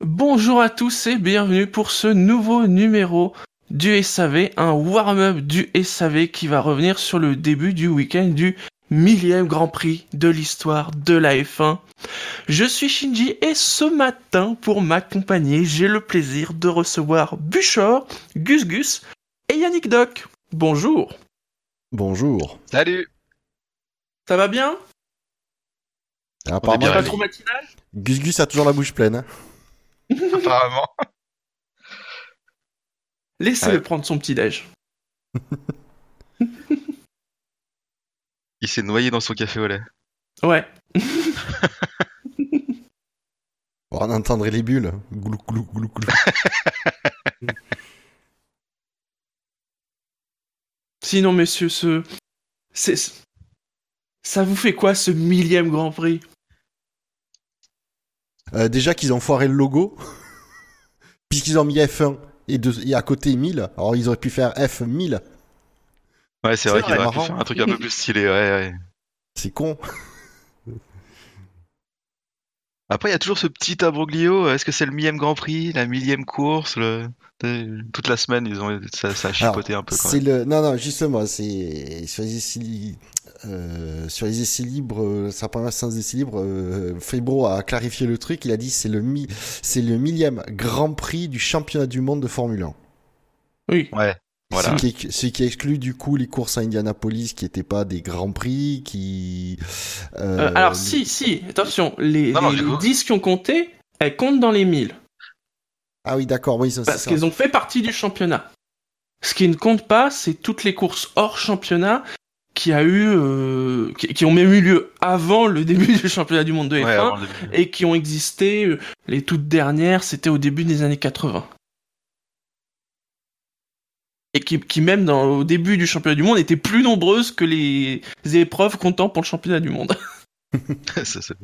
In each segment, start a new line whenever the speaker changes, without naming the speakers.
Bonjour à tous et bienvenue pour ce nouveau numéro du SAV, un warm-up du SAV qui va revenir sur le début du week-end du millième Grand Prix de l'histoire de la F1. Je suis Shinji et ce matin, pour m'accompagner, j'ai le plaisir de recevoir Buchor, Gus Gus et Yannick Doc. Bonjour.
Bonjour.
Salut
Ça va bien
Apparemment,
bien
Pas
Ravi.
trop matinal
Gus Gus a toujours la bouche pleine. hein.
Apparemment.
Laissez-le
Ouais.
prendre son petit déj.
Il s'est noyé dans son café au lait.
Ouais.
Bon, On entendrait les bulles. Glou, glou, glou, glou.
Sinon, messieurs, ce. C'est. Ça vous fait quoi ce millième Grand Prix
Euh, déjà qu'ils ont foiré le logo, puisqu'ils ont mis F1 et, de- et à côté 1000. Alors ils auraient pu faire F1000.
Ouais, c'est vrai
C'est vrai,
qu'il aurait pu
marrant.
faire un truc un peu plus stylé. Ouais, ouais.
C'est con.
Après, il y a toujours ce petit imbroglio. Est-ce que c'est le millième Grand Prix, la millième course le... euh, Toute la semaine, ils ont... ça, ça a chipoté un peu quand
C'est
même.
le. Non, non, justement, c'est. Sur les essais, li- euh, sur les essais libres, euh, sa première séance d'essais libres, euh, Fibro a clarifié le truc. Il a dit c'est le, mi... c'est le millième Grand Prix du championnat du monde de Formule 1.
Oui.
Ouais, voilà.
Ce, qui, ce qui exclut du coup les courses à Indianapolis qui n'étaient pas des grands prix, qui. euh,
Euh, alors, si, si, attention, les,
Non, non,
les-
j'ai
les
compris.
10 qui ont compté, elles comptent dans les 1000.
Ah oui, d'accord, oui, ça, c'est
Parce
ça.
qu'elles ont fait partie du championnat. Ce qui ne compte pas, c'est toutes les courses hors championnat qui, a eu, euh, qui, qui ont même eu lieu avant le début du championnat du monde de F1
Ouais, avant le début.
et qui ont existé, euh, les toutes dernières, c'était au début des années 80. Et qui, qui même dans, au début du championnat du monde, étaient plus nombreuses que les épreuves comptant pour le championnat du monde.
Ça, ça-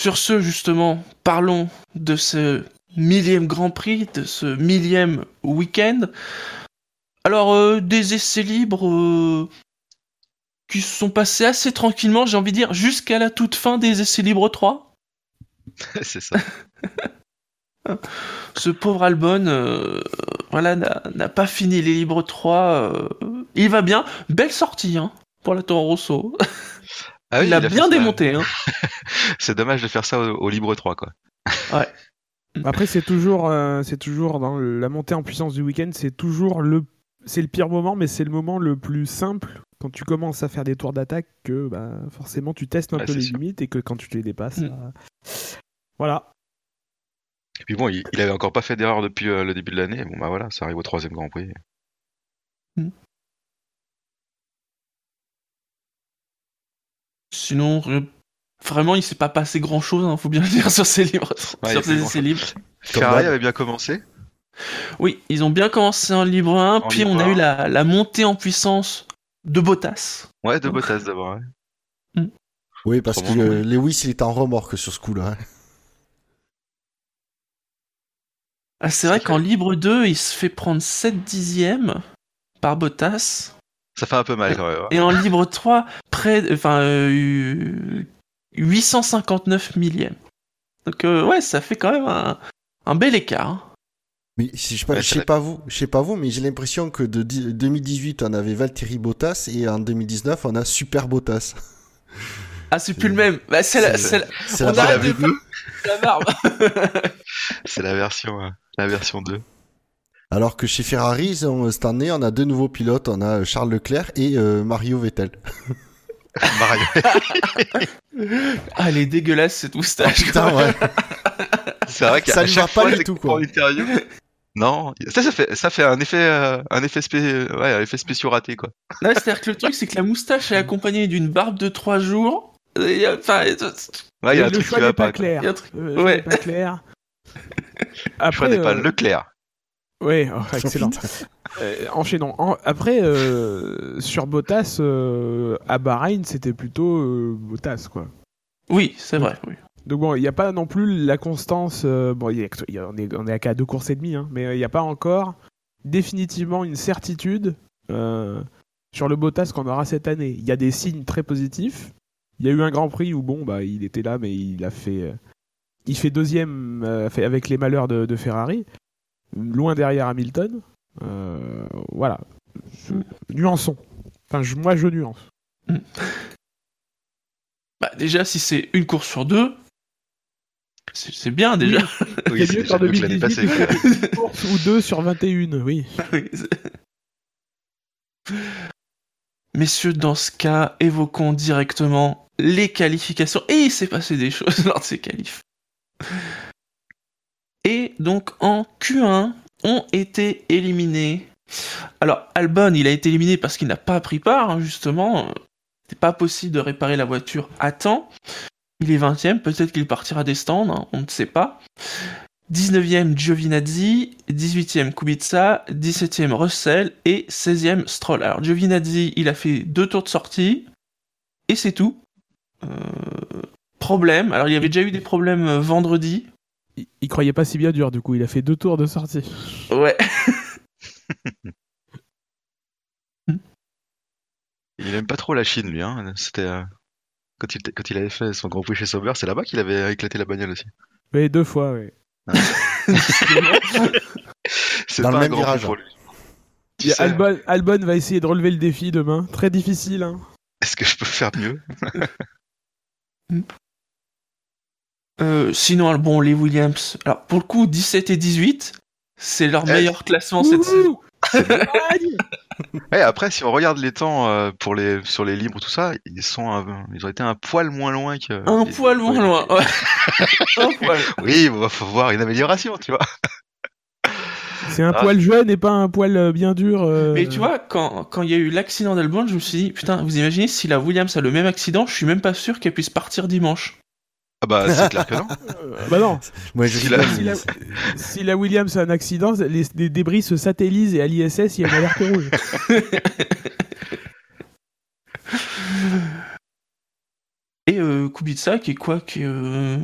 Sur ce, justement, parlons de ce millième Grand Prix, de ce millième week-end. Alors, euh, des essais libres euh, qui se sont passés assez tranquillement, j'ai envie de dire, jusqu'à la toute fin des essais libres 3.
c'est ça.
Ce pauvre Albon, euh, voilà, n'a n'a pas fini les libres 3. euh, il va bien. Belle sortie, hein, pour la Toro Rosso.
Ah oui,
il a
fait
bien
ça.
démonté, hein.
C'est dommage de faire ça au, au Libre 3, quoi.
Après, c'est toujours, euh, c'est toujours dans le- la montée en puissance du week-end, c'est toujours le, c'est le pire moment, mais c'est le moment le plus simple quand tu commences à faire des tours d'attaque que bah, forcément tu testes un
Ouais,
peu
c'est
les
sûr.
limites et que quand tu les dépasses,
Mm.
bah, voilà.
Et puis bon, il, il avait encore pas fait d'erreur depuis euh, le début de l'année. Bon, bah voilà, ça arrive au troisième Grand Prix.
Sinon, euh, vraiment, il s'est pas passé grand chose, hein, faut bien le dire, sur ces libres.
Ouais,
sur
il y a
ces
plus
essais libres.
Ferrari
d'hab.
avait bien commencé.
Oui, ils ont bien commencé en libre 1,
En
puis
Libre
on a
1.
eu la, la montée en puissance de Bottas.
Ouais, de Bottas d'abord. ouais.
Oui, parce que
Comment
euh, Lewis, il est en remorque sur ce coup-là. hein.
Ah, c'est vrai
C'est
qu'en libre 2, il se fait prendre 7 dixièmes par Bottas.
Ça fait un peu mal quand même. hein.
Et en libre 3, près, de- enfin, euh, 859 millièmes. Donc, euh, ouais, ça fait quand même un, un bel écart. hein.
Mais si je sais pas,
Ouais,
je
c'est
sais
la-
pas vous, je sais pas vous, mais j'ai l'impression que de di- 2018, on avait Valtteri Bottas et en 2019, on a Super Bottas.
Ah, c'est plus le même. Bah, c'est la, c'est la-
C'est
on
la
arrête
barbe
de
bleue.
c'est la barbe.
C'est la version, euh, la version 2.
Alors que chez Ferrari, ils ont- euh, cette année, on a deux nouveaux pilotes. On a Charles Leclerc et euh, Mario Vettel.
Mario.
Ah, elle est dégueulasse cette moustache.
Putain, ouais.
C'est vrai qu'à
Ça lui
chaque
va pas
fois,
du
c'est
tout,
pour
quoi.
l'interview. Non, ça, ça fait, ça fait un effet, euh, un effet spé, ouais, un effet spéciaux raté, quoi.
Non, c'est-à-dire que le truc, c'est que la moustache est accompagnée d'une barbe de 3 jours. Et, euh, Enfin, et-
Ouais, Ah, il y a
Et
un
le
truc
choix
qui va
n'est
pas.
pas
quoi.
il y a
clair.
un truc.
Euh, le choix
Ouais.
n'est pas clair.
Le choix n'est pas
euh,
Leclerc.
Ouais, oh, excellent. Euh, enchaînons. En- après, euh, sur Bottas, euh, à Bahreïn, c'était plutôt euh, Bottas, quoi.
Oui, c'est vrai. Oui.
Donc bon, il n'y a pas non plus la constance. euh, bon, il y a- il y a- on est, on est qu'à deux courses et demie, hein, mais euh, il n'y a pas encore définitivement une certitude euh, sur le Bottas qu'on aura cette année. Il y a des signes très positifs. Il y a eu un Grand Prix où bon, bah, il était là, mais il a fait, euh, il fait deuxième euh, fait- avec les malheurs de, de Ferrari, loin derrière Hamilton. Euh, voilà. Je- nuançons. Enfin, je- moi, je nuance.
Bah, déjà, si c'est une course sur deux, c'est c'est bien déjà.
Oui,
C'est
c'est
mieux
déjà
qu'en
mieux que l'année
2018
passée.
où
quoi.
il y a une course ou deux sur 21, oui.
Oui, c'est- Messieurs, dans ce cas, évoquons directement les qualifications. Et il s'est passé des choses lors de ces qualifs. Et donc en Q1 ont été éliminés. Alors Albon, il a été éliminé parce qu'il n'a pas pris part, hein, justement. C'était pas possible de réparer la voiture à temps. Il est 20ème, peut-être qu'il partira des stands, hein, on ne sait pas. 19e Giovinazzi, 18e Kubica, 17e Russell et 16e Stroll. Alors Giovinazzi, il a fait deux tours de sortie et c'est tout. Euh, problème. Alors il y avait déjà eu des problèmes euh, vendredi.
Il, il croyait pas si bien dur, du coup. Il a fait deux tours de sortie.
Ouais.
Il aime pas trop la Chine, lui. Hein. C'était euh, quand, il, quand il avait fait son Grand Prix chez Sauber, c'est là-bas qu'il avait éclaté la bagnole aussi.
Mais deux fois, oui.
C'est
Dans le
pas un
même
Grand Prix
virage.
pour lui. Tu
Il y a
sais,
Albon, Albon va essayer de relever le défi demain. Très difficile, hein.
Est-ce que je peux faire mieux
Euh, sinon, bon, les Williams. Alors pour le coup, 17 et 18, c'est leur
Eh.
meilleur classement cette saison.
Wouhou Gagne
Et après, si on regarde les temps euh, pour les, sur les libres, tout ça, ils, sont, un- ils ont été un poil moins loin que.
Un
les-
poil moins loin. oh. ouais. Euh. Un poil.
Oui, il va voir une amélioration, tu vois.
C'est un
Ah.
poil jeune et pas un poil euh, bien dur. euh.
Mais tu vois, quand quand il y a eu l'accident d'Albon, je me suis dit, putain, vous imaginez si la Williams a le même accident, je suis même pas sûr qu'elle puisse partir dimanche.
Ah bah, c'est clair que non.
Euh, Bah non.
Moi, je
Si la-
rigole,
si
mais
la-
c'est-
Si la Williams a un accident, les, les débris se satellisent et à l'ISS, il y a une alerte rouge.
Et euh, Kubica qui est quoi qui est, euh,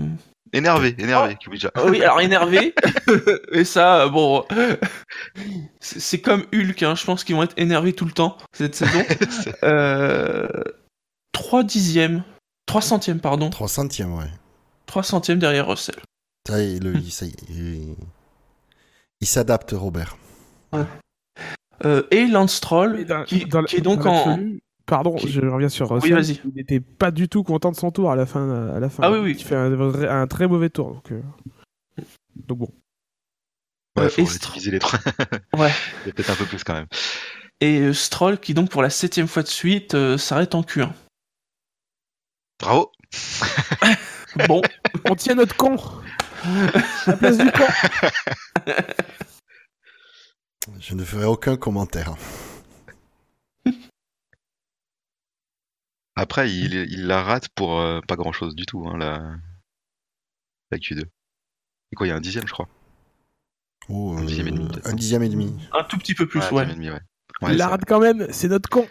Énervé, énervé, Kubica.
ah Oui, alors énervé. et ça, euh, bon. C'est c'est comme Hulk, hein, je pense qu'ils vont être énervés tout le temps cette saison.
C'est-
Euh... 3 dixièmes. 3 centièmes, pardon.
3 centièmes, ouais.
3 centièmes derrière Russell.
Ça y est, le- il- ça y est, il- il s'adapte, Robert.
Euh, et Lance Stroll, qui, qui est donc en.
Pardon,
qui-
je reviens sur
Oui,
Russell.
vas-y.
Il n'était pas du tout content de son tour à la fin. À la fin
Ah oui, oui.
Il fait un, vrai- un très mauvais tour. Donc, euh, donc bon.
Ouais, faut
Euh, Estre-
utiliser les trois.
Ouais.
Il y a peut-être un peu plus quand même.
Et euh, Stroll, qui donc pour la septième fois de suite euh, s'arrête en Q1.
Bravo.
Bon,
On tient notre con La place du con
Je ne ferai aucun commentaire.
Après, il, il la rate pour euh, pas grand-chose du tout, hein, la... la Q2. Et quoi, il y a un dixième, je crois.
Oh, euh,
Un dixième et demi, peut-être. Mmh.
un dixième et demi.
un tout petit peu plus,
un
ouais.
dixième et demi, ouais.
Il
Ouais,
la
ça-
rate quand même, c'est notre con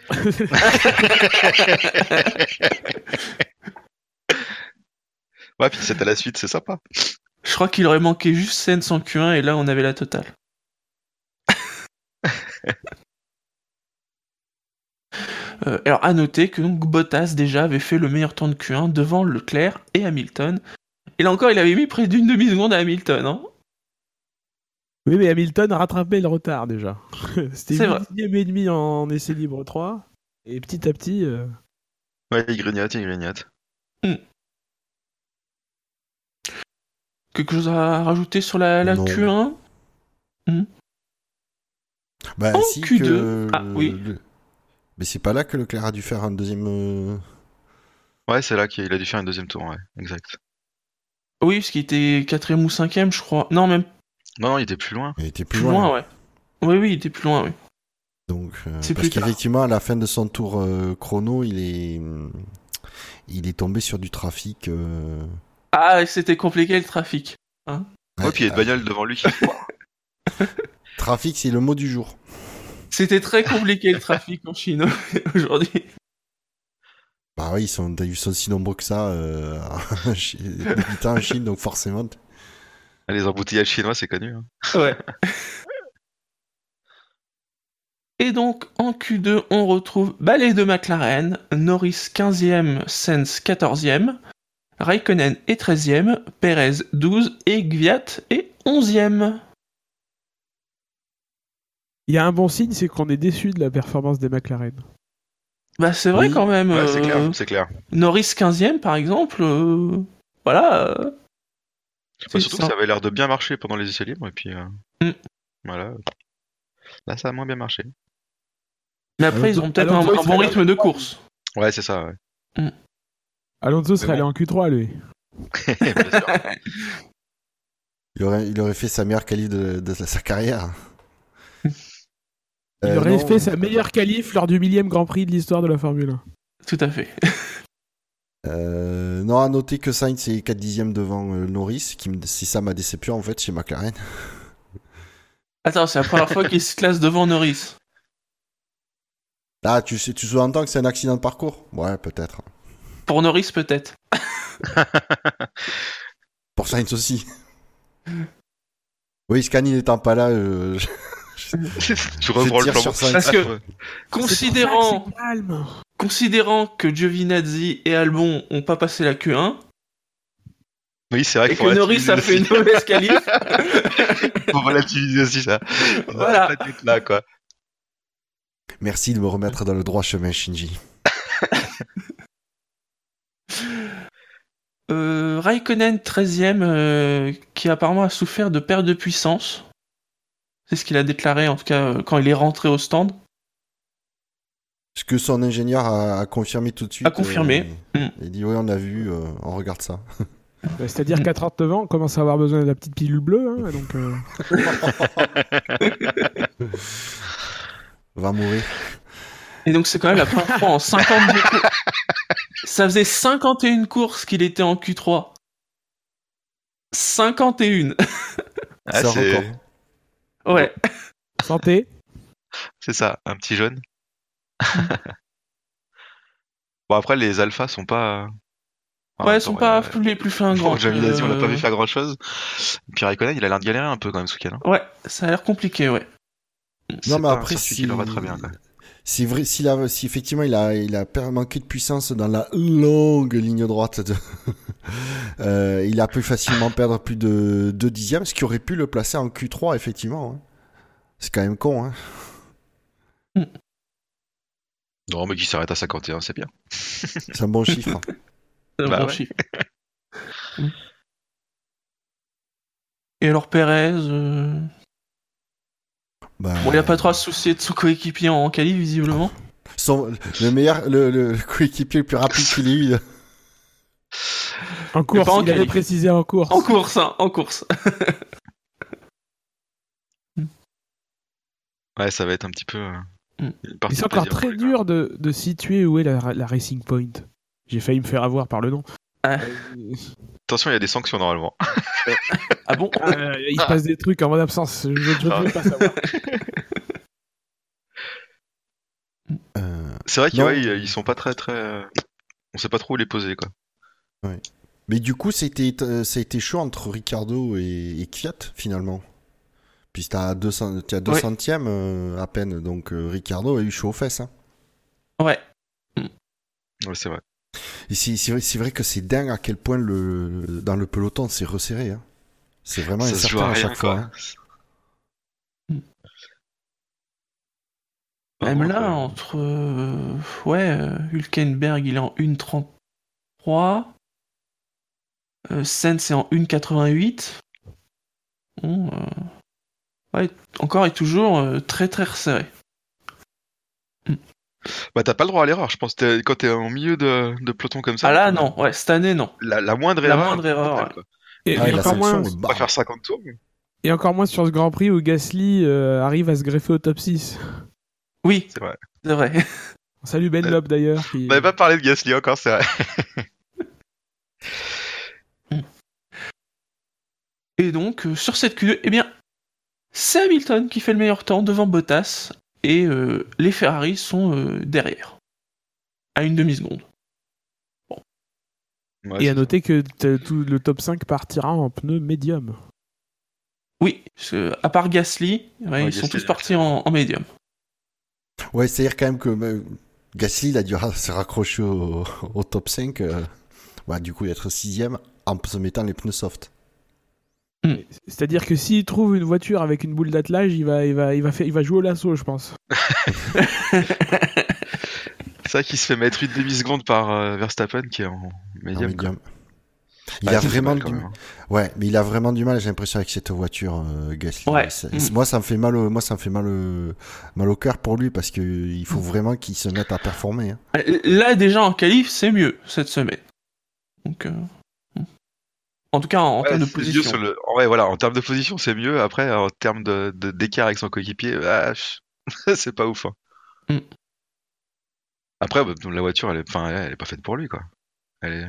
Ouais, puis c'est à la suite, c'est sympa.
Je crois qu'il aurait manqué juste scène sans Q1 et là on avait la totale. Euh, alors à noter que donc Bottas déjà avait fait le meilleur temps de Q1 devant Leclerc et Hamilton. Et là encore il avait mis près d'une demi-seconde à Hamilton. hein.
Oui, mais Hamilton a rattrapé le retard déjà. C'était
C'est vrai.
8ème et demi en essai libre 3. Et petit à petit. euh,
Ouais, il grignote, il grignote.
Quelque chose à rajouter sur la, la
Non.
Q1
Bah,
En
si
Q2.
que-
Oh, Ah, oui.
le- Mais c'est pas là que Leclerc a dû faire un deuxième. euh,
Ouais, c'est là qu'il a dû faire une deuxième tour, ouais, exact.
Oui, parce qu'il était quatrième ou cinquième, je crois. Non, même
Non, non, il était plus loin.
Il était plus,
plus loin, ouais. Oui, oui, il était plus loin, oui.
Donc, euh,
C'est
parce
plus tard.
qu'effectivement, à la fin de son tour euh, chrono, il est, il est tombé sur du trafic. euh,
Ah, c'était compliqué le trafic.
Ouais, puis il y a une bagnole devant lui qui.
Trafic, c'est le mot du jour.
C'était très compliqué le trafic en Chine aujourd'hui.
Bah oui, ils sont, ils sont si nombreux que ça, euh, chez- habitants en Chine, donc forcément.
Ah, Les embouteillages chinois, c'est connu. hein.
Ouais. Et donc en Q2, on retrouve bah, les deux McLaren, Norris 15e, Sens 14e, Raikkonen est 13e, Perez 12 et Gviat est 11e.
Il y a un bon signe, c'est qu'on est déçu de la performance des McLaren.
Bah c'est vrai
Oui.
quand même.
Ouais, c'est
euh,
clair, c'est clair.
Norris 15e par exemple. euh, voilà. euh,
Bah,
c'est
surtout
ça.
que ça avait l'air de bien marcher pendant les essais libres, et puis euh,
Mm.
voilà. Là, ça a moins bien marché.
Mais après, ils ont peut-être un,
Alonso,
un
il
bon
serait-
rythme de course.
Ouais, c'est ça. ouais.
Alonso serait
bon.
allé en Q3, lui.
Bien sûr.
Il aurait, il aurait fait sa meilleure qualif de, de sa carrière.
Il
Euh,
aurait
non.
fait sa meilleure qualif lors du millième Grand Prix de l'histoire de la Formule 1.
Tout à fait.
Euh, non, à noter que Sainz est 4 dixièmes devant euh, Norris, qui me, si ça m'a déception en fait chez McLaren.
Attends, c'est la première fois qu'il se classe devant Norris.
Ah, tu sais, tu sous-entends que c'est un accident de parcours Ouais, peut-être.
Pour Norris, peut-être.
Pour Sainz aussi. oui, Scani n'étant pas là, euh,
tu reprends
Je
le
tire
flambeau.
sur Sainz.
Parce que-
Ah, ouais.
Considérant,
Calme.
considérant que Giovinazzi et Albon ont pas passé la Q1
Oui, c'est vrai
et
qu'il
que
faut
Norris a fait
relativiser
une mauvaise qualif,
aussi. Faut relativiser aussi ça.
Voilà.
Pas d'être là, quoi.
merci de me remettre dans le droit chemin, Shinji.
euh, Raikkonen 13e, euh, qui apparemment a souffert de perte de puissance. C'est ce qu'il a déclaré en tout cas euh, quand il est rentré au stand.
Ce que son ingénieur a, a confirmé tout de suite.
A confirmé.
euh,
Mm.
Il dit oui, on a vu, euh, on regarde ça.
Bah, C'est-à-dire qu'à 39 ans, on commence à avoir besoin de la petite pilule bleue. hein, donc, euh,
Va mourir.
Et donc c'est quand même la première fois en 52 courses. Ça faisait 51 courses qu'il était en Q3. 51.
Ah,
c'est un
c'est-
record.
Ouais.
Santé.
C'est ça, un petit jeune. bon, après, les alphas sont pas. en
ouais,
même
ils sont
temps,
pas
ouais,
les plus fins
ouais.
grands.
Pour Giovinazzi, on l'a pas
Euh,
vu faire grand chose. Puis Raikkonen, il a l'air de galérer un peu quand même ce week-end. hein.
Ouais, ça a l'air compliqué, ouais.
C'est
mais
pas un
après,
circuit
si-
qui le va très bien, quoi.
Si, vrai, si, la- si effectivement il a, il a per- manqué de puissance dans la longue ligne droite, de- Euh, il a pu facilement perdre plus de 2 dixièmes, ce qui aurait pu le placer en Q3, effectivement. hein. C'est quand même con. Hein.
Non, mais qui s'arrête à 51, c'est bien.
C'est un bon chiffre.
C'est un
Bah
bon
ouais.
chiffre. Mm. Et alors Perez, euh...
Bah,
bon, il a pas trop à se soucier de son coéquipier en quali visiblement.
son- le meilleur, le, le coéquipier le plus rapide qu'il ait eu.
En course,
pas en
il avait
qualif.
précisé en course.
En course, hein, en course.
Ouais, ça va être un petit peu. euh,
Mm.
une partie
Mais c'est
de
encore
plaisir pour
très
lui, quoi.
dur de, de situer où est la, la Racing Point. J'ai failli me faire avoir par le nom.
Ah.
Euh,
Attention, il y a des sanctions normalement.
Ah bon
euh, il se passe des trucs en mon absence. Je je
Ah.
ne veux pas savoir.
Euh,
C'est vrai qu'ils
Non.
ouais, ils- ils sont pas très très. euh, On sait pas trop où les poser, quoi.
Mais du coup, c'était, euh, ça a été chaud entre Ricardo et, et Kvyat, finalement. Puis t'as 200, t'as deux
Ouais.
centièmes euh, à peine, donc euh, Ricardo a eu chaud aux fesses. hein.
Ouais.
Ouais, c'est vrai.
Et c'est, c'est vrai, c'est vrai que c'est dingue à quel point le, dans le peloton c'est resserré. hein. C'est vraiment
ça se joue
incertain à,
à rien,
chaque
quoi. Mm.
fois. hein.
Même
Vraiment,
là,
quoi.
entre. euh, Ouais, euh, Hülkenberg, il est en 1,33. Euh, Sens est en 1,88. Bon, euh, Ouais, encore et toujours euh, très très resserré.
Bah, t'as pas le droit à l'erreur, je pense. T'es- Quand t'es en milieu de, de peloton comme ça.
Ah là, non, ouais, cette année, non.
La, la moindre
La
erreur.
moindre erreur,
totale,
ouais.
quoi.
Et,
Ah,
et
et la
encore moins,
sanction,
On
bah,
va faire 50 tours. mais-
et encore moins sur ce Grand Prix où Gasly euh, arrive à se greffer au top 6.
Oui,
C'est vrai.
c'est vrai.
Salut Ben
Euh,
Lop d'ailleurs. qui-
On
Bah,
n'avait pas parlé de Gasly encore, c'est vrai.
Et donc, euh, sur cette Q2, eh bien, c'est Hamilton qui fait le meilleur temps devant Bottas et euh, les Ferrari sont euh, derrière. À une demi-seconde.
Ouais,
Et à
c'est-
noter que t- tout le top 5 partira en pneu médium.
Oui, parce que, à part Gasly, ouais, ils sont
Gasly,
tous
ouais.
partis en, en médium.
Ouais, c'est-à-dire quand même que euh, Gasly il a dû ra- se raccrocher au, au top 5 euh, va du coup être sixième en se mettant les pneus soft.
C'est-à-dire que s'il trouve une voiture avec une boule d'attelage, il va, il, va, il, va faire- il va jouer au lasso, je pense.
C'est vrai qu'il se fait mettre une demi-seconde par euh, Verstappen qui est en
en
médium. quoi.
médium. Il
Ah,
a
c'est
vraiment
mal quand
du...
même, hein.
ouais, mais il a vraiment du mal, j'ai l'impression avec cette voiture euh, Gasly.
Ouais.
C'est-
Mm.
c'est- Moi ça me fait mal au moi ça me fait mal au, mal au cœur pour lui parce que il
Mm.
faut vraiment qu'il se mette à performer. hein.
Là, déjà en qualif, c'est mieux cette semaine. Donc, euh, en tout cas, en, en
Ouais,
termes de
c'est mieux
position.
sur le- ouais, voilà, en termes de position, c'est mieux. Après, en termes de, de- d'écart avec son coéquipier, bah, pff, c'est pas ouf. hein.
Mm.
Après, bah, la voiture, elle est, enfin, elle est pas faite pour lui, quoi. Elle est-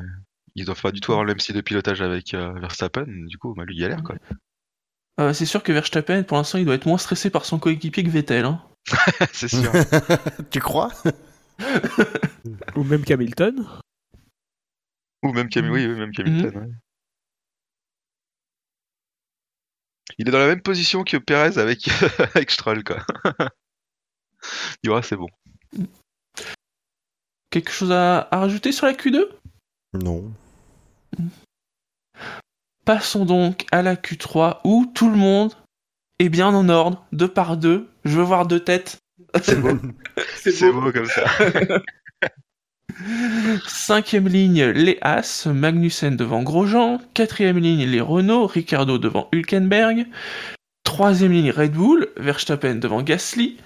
Ils doivent pas du tout avoir le même style de pilotage avec euh, Verstappen. Du coup, bah, lui, il galère, quoi.
Mm. Euh, c'est sûr que Verstappen, pour l'instant, il doit être moins stressé par son coéquipier que Vettel. hein.
c'est sûr.
tu crois
Ou même Hamilton.
Ou même Camille, oui, oui, même
Mm.
Hamilton, ouais. Il est dans la même position que Perez avec, avec Stroll, quoi. Il y aura, c'est bon.
Quelque chose à, à rajouter sur la Q2
Non.
Passons donc à la Q3 où tout le monde est bien en ordre, deux par deux. Je veux voir deux têtes.
C'est beau. C'est beau comme ça.
Cinquième ligne, les As, Magnussen devant Grosjean. Quatrième ligne, les Renault, Ricardo devant Hülkenberg. Troisième ligne, Red Bull, Verstappen devant Gasly.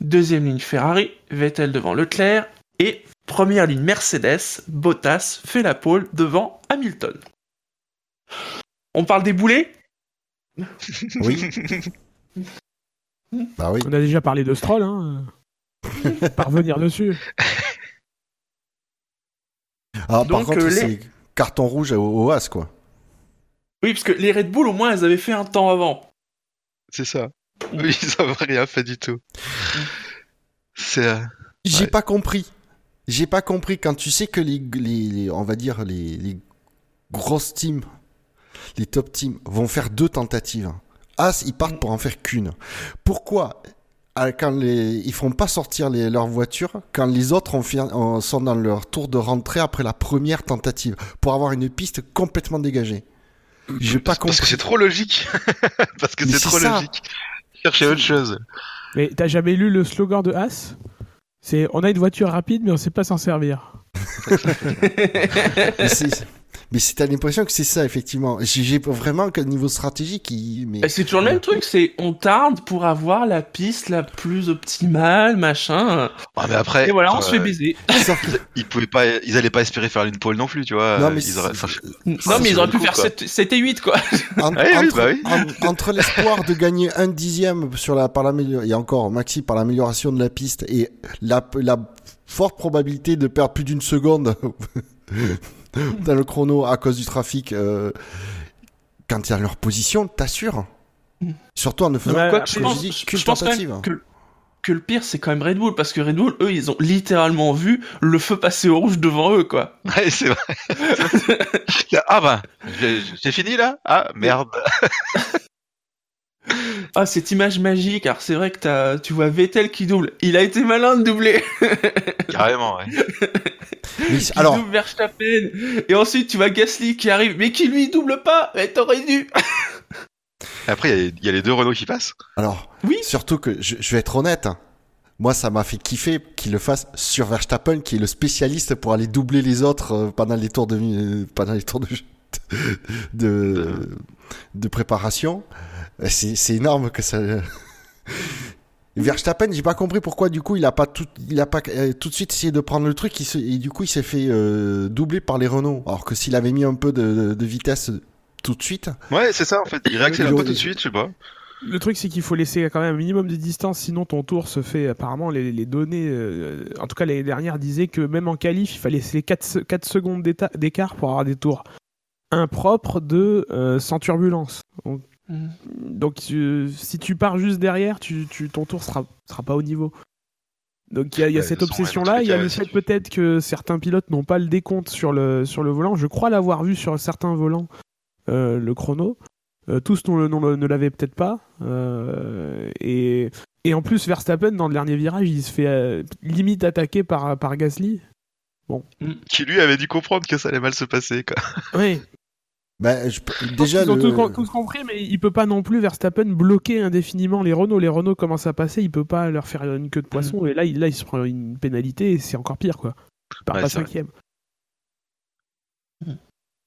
Deuxième ligne, Ferrari, Vettel devant Leclerc. Et première ligne, Mercedes, Bottas fait la pole devant Hamilton. On parle des boulets
Oui. bah oui.
On a déjà parlé de Stroll, hein. Parvenir dessus.
Ah, par
Donc,
contre,
euh, les-
c'est carton rouge au, au As, quoi.
Oui, parce que les Red Bull, au moins, elles avaient fait un temps avant.
C'est ça. Oui, ça n'a rien fait du tout. C'est. euh,
J'ai
Ouais.
pas compris. J'ai pas compris quand tu sais que les, les, les- on va dire les, les grosses teams, les top teams vont faire deux tentatives. As, ils partent pour en faire qu'une. Pourquoi ah, quand les, ils font pas sortir les, leurs voitures quand les autres ont fait- ont- sont dans leur tour de rentrée après la première tentative pour avoir une piste complètement dégagée J'ai pas
Parce que
compris.
c'est trop logique. Parce que
Mais
c'est
c'est
trop
ça.
logique. Cherchez autre chose.
Mais t'as jamais lu le slogan de Haas C'est on a une voiture rapide, mais on sait pas s'en servir.
Mais c'est- Mais c'est t'as l'impression que c'est ça effectivement. J'ai j'ai vraiment qu'au niveau stratégique, il- mais
Et C'est toujours le même truc, c'est on tarde pour avoir la piste la plus optimale, machin.
Ah, mais après.
Et voilà, on se fait
euh,
baiser.
sauf que-
Ils pouvaient pas, ils allaient pas espérer faire une pole non plus, tu vois.
Non, mais
Euh, ils auraient-
c'est-
enfin,
Non, mais
c'est
ils auraient
le
pu
coup,
faire
quoi.
7, 7 et 8, quoi.
En-
Ouais, oui,
entre,
bah oui.
en- entre l'espoir de gagner un dixième sur la, par l'amélioration, et encore Maxi par l'amélioration de la piste et la, la forte probabilité de perdre plus d'une seconde dans le chrono à cause du trafic, euh, quand ils ont leur position, t'assures. Surtout en ne faisant
Ouais,
Quoi que
après,
je
comme
pense,
je dis,
je-
qu'une
je pense quand
tentative.
même que, que le pire, c'est quand même Red Bull, parce que Red Bull, eux, ils ont littéralement vu le feu passer au rouge devant eux, quoi.
Ouais, c'est vrai. ah bah, j'ai j'ai fini là Ah merde.
Ah, cette image magique, alors c'est vrai que t'as- tu vois Vettel qui double. Il a été malin de doubler.
Carrément, ouais.
Mais
Qui
alors,
double Verstappen. Et ensuite, tu vois Gasly qui arrive, mais qui lui double pas. Mais t'aurais dû.
Après, il y a- il y, a les deux Renault qui passent.
alors,
Oui.
surtout que je, je vais être honnête. hein. Moi, ça m'a fait kiffer qu'il le fasse sur Verstappen, qui est le spécialiste pour aller doubler les autres euh, pendant les tours de euh, pendant les tours de de, de préparation. Euh, C'est c'est énorme que ça. Verstappen, j'ai pas compris pourquoi du coup il a pas tout, il a pas euh, tout de suite essayé de prendre le truc il se- et du coup il s'est fait euh, doubler par les Renault. Alors que s'il avait mis un peu de, de vitesse tout de suite,
Ouais, c'est ça en fait. Ils réaccélèrent
Ils
pas
ont-
tout de suite, je sais pas.
Le truc, c'est qu'il faut laisser quand même un minimum de distance, sinon ton tour se fait. Apparemment, les, les données, euh, en tout cas l'année dernière, disaient que même en qualif, il fallait laisser 4, secondes d'éta- d'écart pour avoir des tours impropres de euh, sans turbulence. Donc,
Mhm.
donc, euh, si tu pars juste derrière, tu, tu- ton tour sera, sera pas au niveau. Donc il y a, il y a
Ouais,
cette
de toute façon,
obsession-là, il y a
dans
le
tous les
fait
cas,
peut-être que certains pilotes n'ont pas le décompte sur le, sur le volant. Je crois l'avoir vu sur certains volants, euh, le chrono. Euh, tous non- non- ne l'avaient peut-être pas. Euh, et, et en plus, Verstappen, dans le dernier virage, il se fait euh, limite attaquer par, par Gasly. Bon.
Mm.
Qui lui avait dû comprendre que ça allait mal se passer. Quoi.
Oui.
Bah, je- déjà,
ils ont
le-
tous, tous compris, mais il peut pas non plus Verstappen bloquer indéfiniment les Renault. Les Renault commencent à passer, il peut pas leur faire une queue de
Mm.
poisson. Et là, il, là, il se prend une pénalité et c'est encore pire, quoi. Il part
Ouais,
pas
c'est vrai.
cinquième.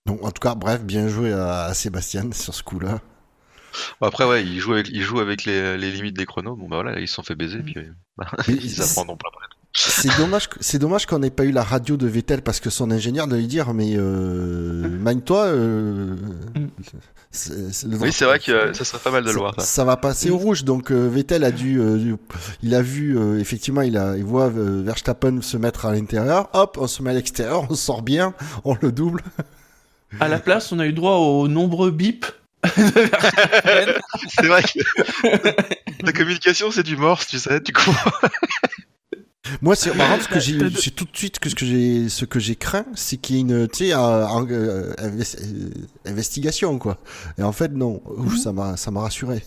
Donc, en tout cas, bref, bien joué à, à Sébastien sur ce coup-là.
Bon, Bah, après, ouais, il joue avec, il joue avec les, les limites des chronos. Bon, bah voilà, ils se sont fait baiser, puis euh, bah,
Mais
ils apprendront pas.
C'est dommage, que- c'est dommage qu'on n'ait pas eu la radio de Vettel parce que son ingénieur doit lui dire mais euh, magne-toi. euh,
Mm.
c'est- c'est le-
Oui, c'est vrai que euh, ça serait pas mal de le
ça-
voir. ça.
Ça va passer au
Mm.
rouge. Donc euh, Vettel a dû, euh, il a vu euh, effectivement, il a, il voit euh, Verstappen se mettre à l'intérieur. Hop, on se met à l'extérieur, on sort bien, on le double.
À la place, on a eu droit aux nombreux bips de Verstappen.
C'est vrai que la communication, c'est du morse, tu sais, du coup.
Moi, c'est par contre, ce que j'ai,
T'as deux-
c'est tout de suite que ce que j'ai, ce que j'ai craint, c'est qu'il y ait une, tu sais, un- un- euh, inves- euh, investigation quoi. Et en fait, non. Ouf,
Mhm.
ça m'a, ça m'a rassuré.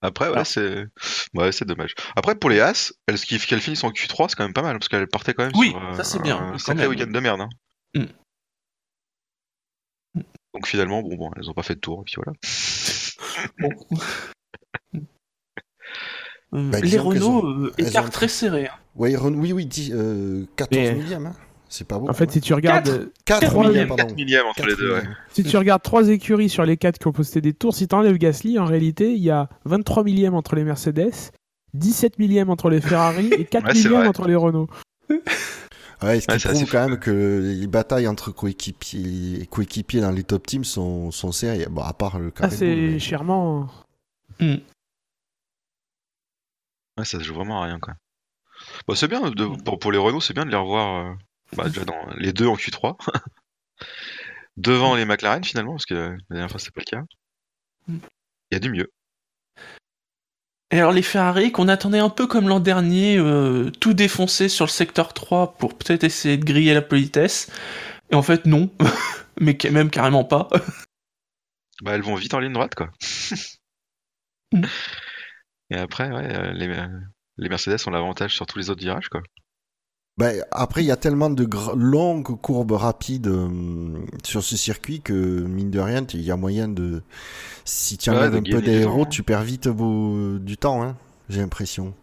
Après, ouais, c'est ouais, c'est dommage. Après, pour les As, elles, qu'elles qu'elles finissent en Q3, c'est quand même pas mal, parce qu'elles partaient quand même
Oui,
sur euh,
ça, c'est bien,
un
quand
sacré
même.
week-end de merde. hein.
Mm.
Donc finalement, bon, bon, elles ont pas fait de tour, et puis voilà.
Bon. Euh,
Bah,
les
disons qu'elles
Renault, euh,
elles
écart
ont-
très serré. hein.
Ouais, Ren- oui, oui, dix- euh, 14
Mais-
millième, hein. C'est pas beau.
En fait, si tu regardes,
Quatre.
euh,
4
quatre
millième,
millièmes,
pardon.
4 millièmes entre les
Quatre
deux, ouais.
millièmes.
si tu regardes trois écuries sur les quatre qui ont posté des tours, si t'enlèves Gasly, en réalité, il y a 23 millièmes entre les Mercedes, 17 millièmes entre les Ferrari et 4
Ouais, c'est
millièmes
vrai.
entre les Renault.
Ouais, ce qui
Ouais, c'est assez
prouve quand même que les batailles entre coéquipiers, coéquipiers dans les top teams sont, sont serrées. Bon, à part le cas
Ah, c'est chèrement.
Ouais, ça se joue vraiment à rien, quoi. Bah, c'est bien,
Mm.
de- pour, pour les Renault, c'est bien de les revoir euh, bah, déjà dans les deux en Q3. Devant les McLaren, finalement, parce que la dernière fois, c'était pas le cas.
Mm.
Il y a du mieux.
Et alors les Ferrari qu'on attendait un peu comme l'an dernier, euh, tout défoncé sur le secteur 3 pour peut-être essayer de griller la politesse. Et en fait non, mais ca- même carrément pas.
Bah, elles vont vite en ligne droite, quoi.
Mm.
Et après, ouais, euh, les, les Mercedes ont l'avantage sur tous les autres virages, quoi.
Ben, après, il y a tellement de gr- longues courbes rapides euh, sur ce circuit que, mine de rien, il y a moyen de... Si tu
Ouais,
enlèves
de
un peu
gagner du
d'aéro,
temps. hein.
tu perds vite beau- du temps, hein, j'ai l'impression.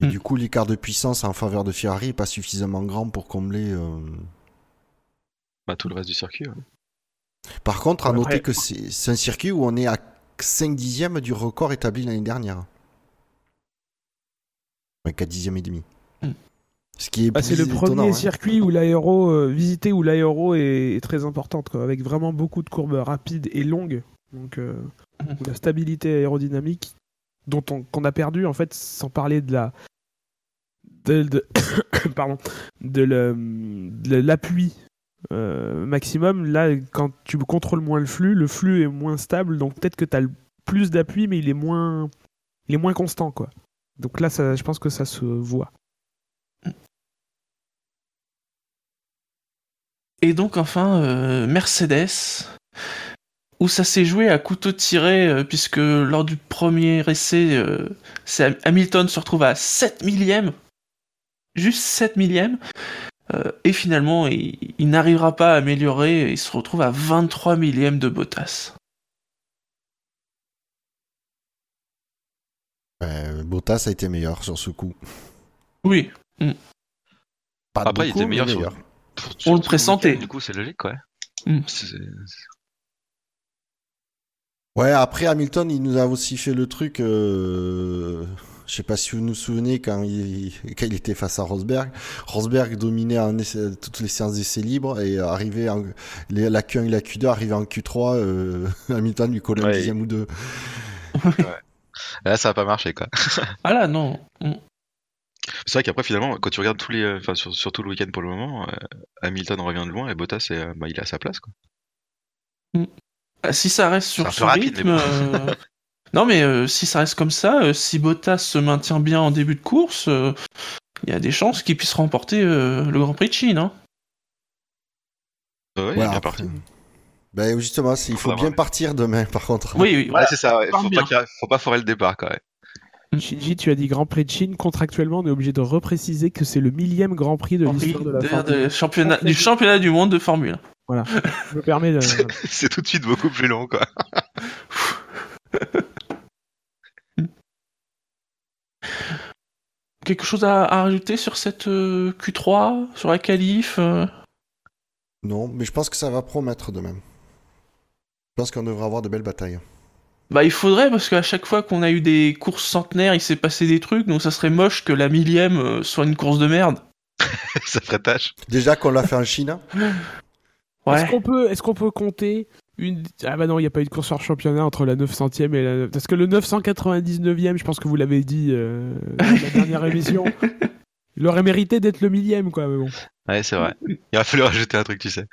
Et
Hmm.
Mm.
du coup, l'écart de puissance en faveur de Ferrari est pas suffisamment grand pour combler... euh,
Bah, tout le reste du circuit. ouais.
Par contre, à
Après-
noter que c'est c'est un circuit où on est à 5 dixièmes du record établi l'année dernière. Ouais, 4 dixièmes et demi.
Mm.
Ce qui est
Bah, Hmm. c'est le
plus
premier
étonnant, hein.
circuit où l'aéro euh, visité où l'aéro est, est très importante, quoi, avec vraiment beaucoup de courbes rapides et longues. Donc euh, où
Bah,
la stabilité aérodynamique dont on qu'on a perdu en fait, sans parler de la de, de- pardon de le- de l'appui euh, maximum. Là, quand tu contrôles moins le flux, le flux est moins stable, donc peut-être que tu as plus d'appui, mais il est moins il est moins constant, quoi. Donc là, ça, je pense que ça se voit.
Et donc enfin euh, Mercedes où ça s'est joué à couteau tiré euh, puisque lors du premier essai, euh, c'est Ham- Hamilton se retrouve à 7 millièmes, juste 7 millièmes. Euh, et finalement, il, il n'arrivera pas à améliorer et il se retrouve à 23 millièmes de Bottas.
Ouais, Ben, Bottas a été meilleur sur ce coup.
Oui,
Pas
Après, il
beaucoup,
était meilleur
mais
sur-
meilleur.
Pour- sur
le
tout week-end,
pressentait.
Du coup, c'est logique, quoi.
Mm.
C'est- c'est-
Ouais, après Hamilton, il nous a aussi fait le truc. Euh... Je sais pas si vous vous souvenez quand il, quand il était face à Rosberg. Rosberg dominait en essai- toutes les séances d'essais libres et arrivait en... les- la Q1 et la Q2 arrivait en Q3. euh, Hamilton lui collait un
Ouais.
dixième ou deux.
Là, ça va pas marcher, quoi.
ah là, non. Mm.
C'est vrai qu'après, finalement, quand tu regardes tous les, euh, enfin, sur, sur tout le week-end pour le moment, euh, Hamilton revient de loin et Bottas, est, euh, bah, il est à sa place, quoi.
Ah, Si ça reste sur
C'est un
ce
peu rapide,
rythme.
mais
euh, non, mais euh, si ça reste comme ça, euh, si Bottas se maintient bien en début de course, euh, il y a des chances qu'il puisse remporter euh, le Grand Prix de Chine. hein.
Ouais, il est
Ouais,
bien
après-
parti.
Ben justement, c'est- il faut
Faudra
bien
voir.
partir demain, par contre.
Oui, oui.
Ouais, c'est ça, ouais.
Part
faut,
bien.
pas qu'il y a- faut pas foirer le départ quand même.
Shinji, tu as dit Grand Prix de Chine. Contractuellement, on est obligé de repréciser que c'est le millième Grand Prix de l'histoire de la
De-
Formule.
de championnat, du championnat du monde de Formule.
Je me permets de...
C'est tout de suite beaucoup plus long, quoi.
Quelque chose à, à rajouter sur cette euh, Q3, sur la qualif euh
Non, mais je pense que ça va promettre demain. Je pense qu'on devrait avoir de belles batailles.
Bah, il faudrait, parce qu'à chaque fois qu'on a eu des courses centenaires, il s'est passé des trucs, donc ça serait moche que la millième euh, soit une course de merde.
ça ferait tâche.
Déjà qu'on l'a fait en Chine,
Est-ce
Ouais.
qu'on peut, est-ce qu'on peut compter une... Ah bah non, il n'y a pas eu de course hors championnat entre la 900e et la... Parce que le 999e, je pense que vous l'avez dit euh, dans la dernière émission, il aurait mérité d'être le millième, quoi. Mais bon.
Ouais, c'est vrai. Il a fallu rajouter un truc, tu sais.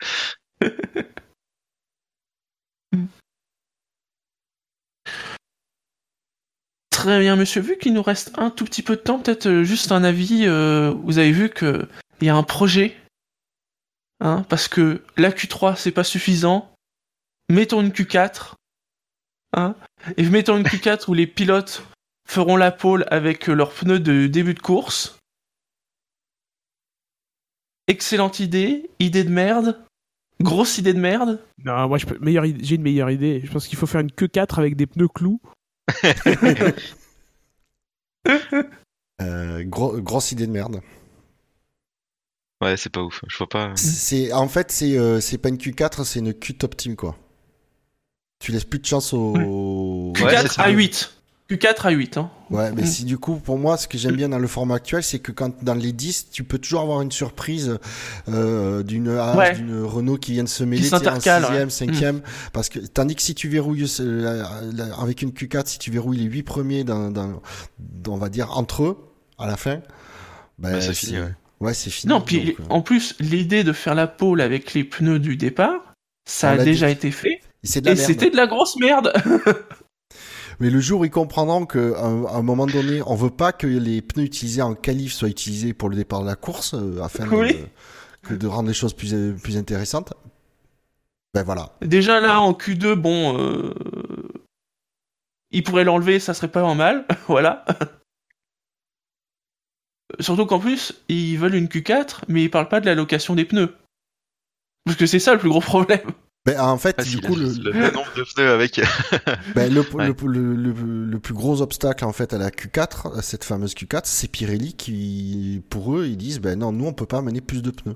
Très bien, monsieur. Vu qu'il nous reste un tout petit peu de temps, peut-être euh, juste un avis. euh, vous avez vu que il y a un projet, hein, parce que la Q3 c'est pas suffisant. Mettons une Q4, hein, et mettons une Q4 où les pilotes feront la pole avec euh, leurs pneus de début de course. Excellente idée, idée de merde, grosse idée de merde.
Non, moi, je peux- meilleure idée- j'ai une meilleure idée. Je pense qu'il faut faire une queue 4 avec des pneus clous.
euh, gro- grosse idée de merde.
Ouais, c'est pas ouf. Je vois pas.
C'est en fait c'est euh, c'est pas une Q4, c'est une Q top team quoi. Tu laisses plus de chance au.
Ouais,
Q4
c'est ça.
à 8. Q4 à 8, hein.
Ouais, mais
Mm.
si du coup, pour moi, ce que j'aime bien dans le format actuel, c'est que quand dans les 10, tu peux toujours avoir une surprise euh, d'une Haas,
Ouais.
d'une Renault qui vient de se
Qui
mêler tu sais, en
s'intercale, Mm.
6e, 5e. Parce que, tandis que si tu verrouilles ce- la- la- avec une Q4, si tu verrouilles les 8 premiers, dans, dans- dans- on va dire entre eux, à la fin, ben,
Ouais, c'est fini, ouais.
Ouais, c'est fini.
Non, puis
Donc, euh,
en plus, l'idée de faire la pole avec les pneus du départ, ça
On
a
Ah, l'a
déjà
dit.
été fait,
c'est de la
et
merde.
c'était de la grosse merde
Mais le jour où ils comprendront qu'à un, à un moment donné, on veut pas que les pneus utilisés en qualif soient utilisés pour le départ de la course, euh, afin de-
Oui.
que de rendre les choses plus, euh, plus intéressantes. Ben voilà.
Déjà là, en Q2, bon... Euh... Ils pourraient l'enlever, ça serait pas en mal, voilà. Surtout qu'en plus, ils veulent une Q4, mais ils parlent pas de la location des pneus. Parce que c'est ça le plus gros problème.
Ben, en fait,
Ah, si,
du
la-
coup, le,
le, le nombre de pneus avec. euh,
ben, le,
Ouais.
le- le- le- le plus gros obstacle en fait à la Q4, à cette fameuse Q4, c'est Pirelli qui, pour eux, ils disent ben non, nous on peut pas amener plus de pneus.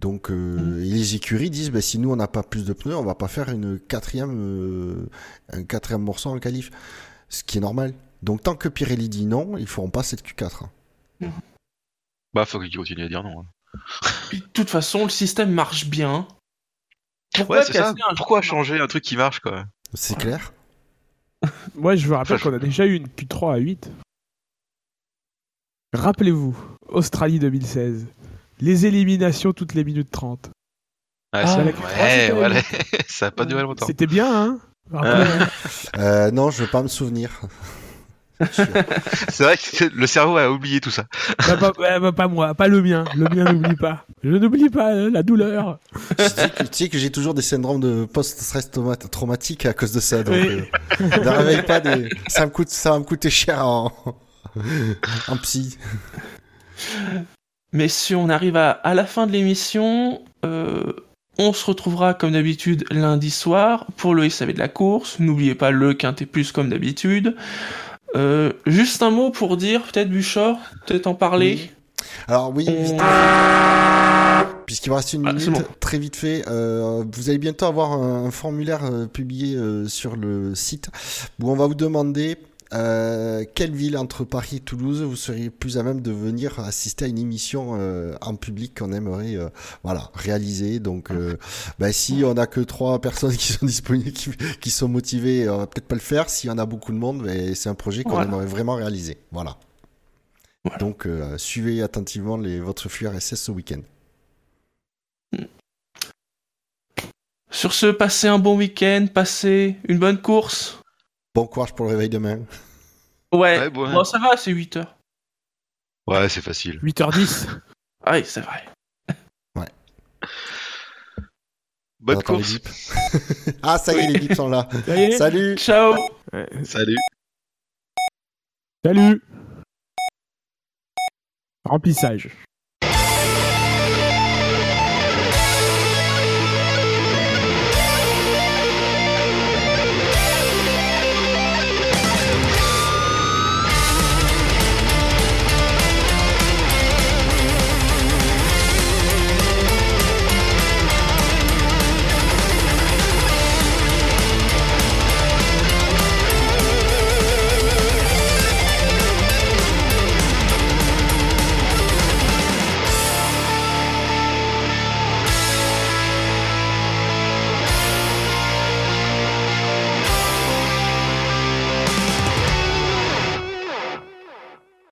Donc euh, et les écuries disent ben si nous on n'a pas plus de pneus, on va pas faire une quatrième, euh, un quatrième morceau en qualif, ce qui est normal. Donc tant que Pirelli dit non, ils feront pas cette Q4.
Bah, faut qu'il continue à dire non. hein.
Puis de toute façon, le système marche bien. Pourquoi
Ouais, c'est ça.
casser un-
Pourquoi changer un truc qui marche, quoi
C'est clair.
Moi, je vous rappelle
Enfin, je-
qu'on a déjà eu une Q3 à 8. Rappelez-vous, Australie 2016. Les éliminations toutes les minutes 30.
Ouais,
Ah,
ça-
la
Q3,
ouais,
c'était
voilà.
la
ça a pas duré longtemps.
C'était bien, hein Rappelez-vous.
Euh, non, je veux pas me souvenir. Je suis-
C'est vrai que le cerveau a oublié tout ça.
Bah, pas, ouais, bah, pas moi, pas le mien. Le mien n'oublie pas. Je n'oublie pas euh, la douleur.
Tu sais que, tu sais que j'ai toujours des syndromes de post-stress trauma- traumatique à cause de ça, donc
Oui.
euh, ne réveille pas des... ça me coûte, ça va me coûter cher en, en psy.
Mais si on arrive à, à la fin de l'émission, euh, on se retrouvera comme d'habitude lundi soir pour le SAV de la course. N'oubliez pas le Quintet Plus comme d'habitude. Euh, juste un mot pour dire, peut-être Buchor, peut-être en parler.
Alors oui,
On-
vite, puisqu'il me reste une
Ah,
minute,
c'est bon.
très vite fait, euh, vous allez bientôt avoir un, un formulaire euh, publié euh, sur le site où on va vous demander euh, quelle ville entre Paris et Toulouse vous seriez plus à même de venir assister à une émission euh, en public qu'on aimerait euh, voilà réaliser. Donc euh, bah, si on a que trois personnes qui sont disponibles, qui, qui sont motivées, on va peut-être pas le faire. Si on a beaucoup de monde, mais c'est un projet qu'on
Voilà.
aimerait vraiment réaliser. Voilà.
Voilà.
Donc euh, suivez attentivement les, votre flux RSS ce week-end.
Sur ce, passez un bon week-end, passez une bonne course.
Bon courage pour le réveil demain.
Ouais,
Ouais, bon.
Bon, ça va, c'est 8 heures.
Ouais, c'est facile.
8h10.
Oui, c'est vrai.
Bonne
On entend les
course.
bips. ah, ça y est, les bips sont là.
Ça y est
Salut
Ciao
Ouais.
Salut.
Salut Remplissage.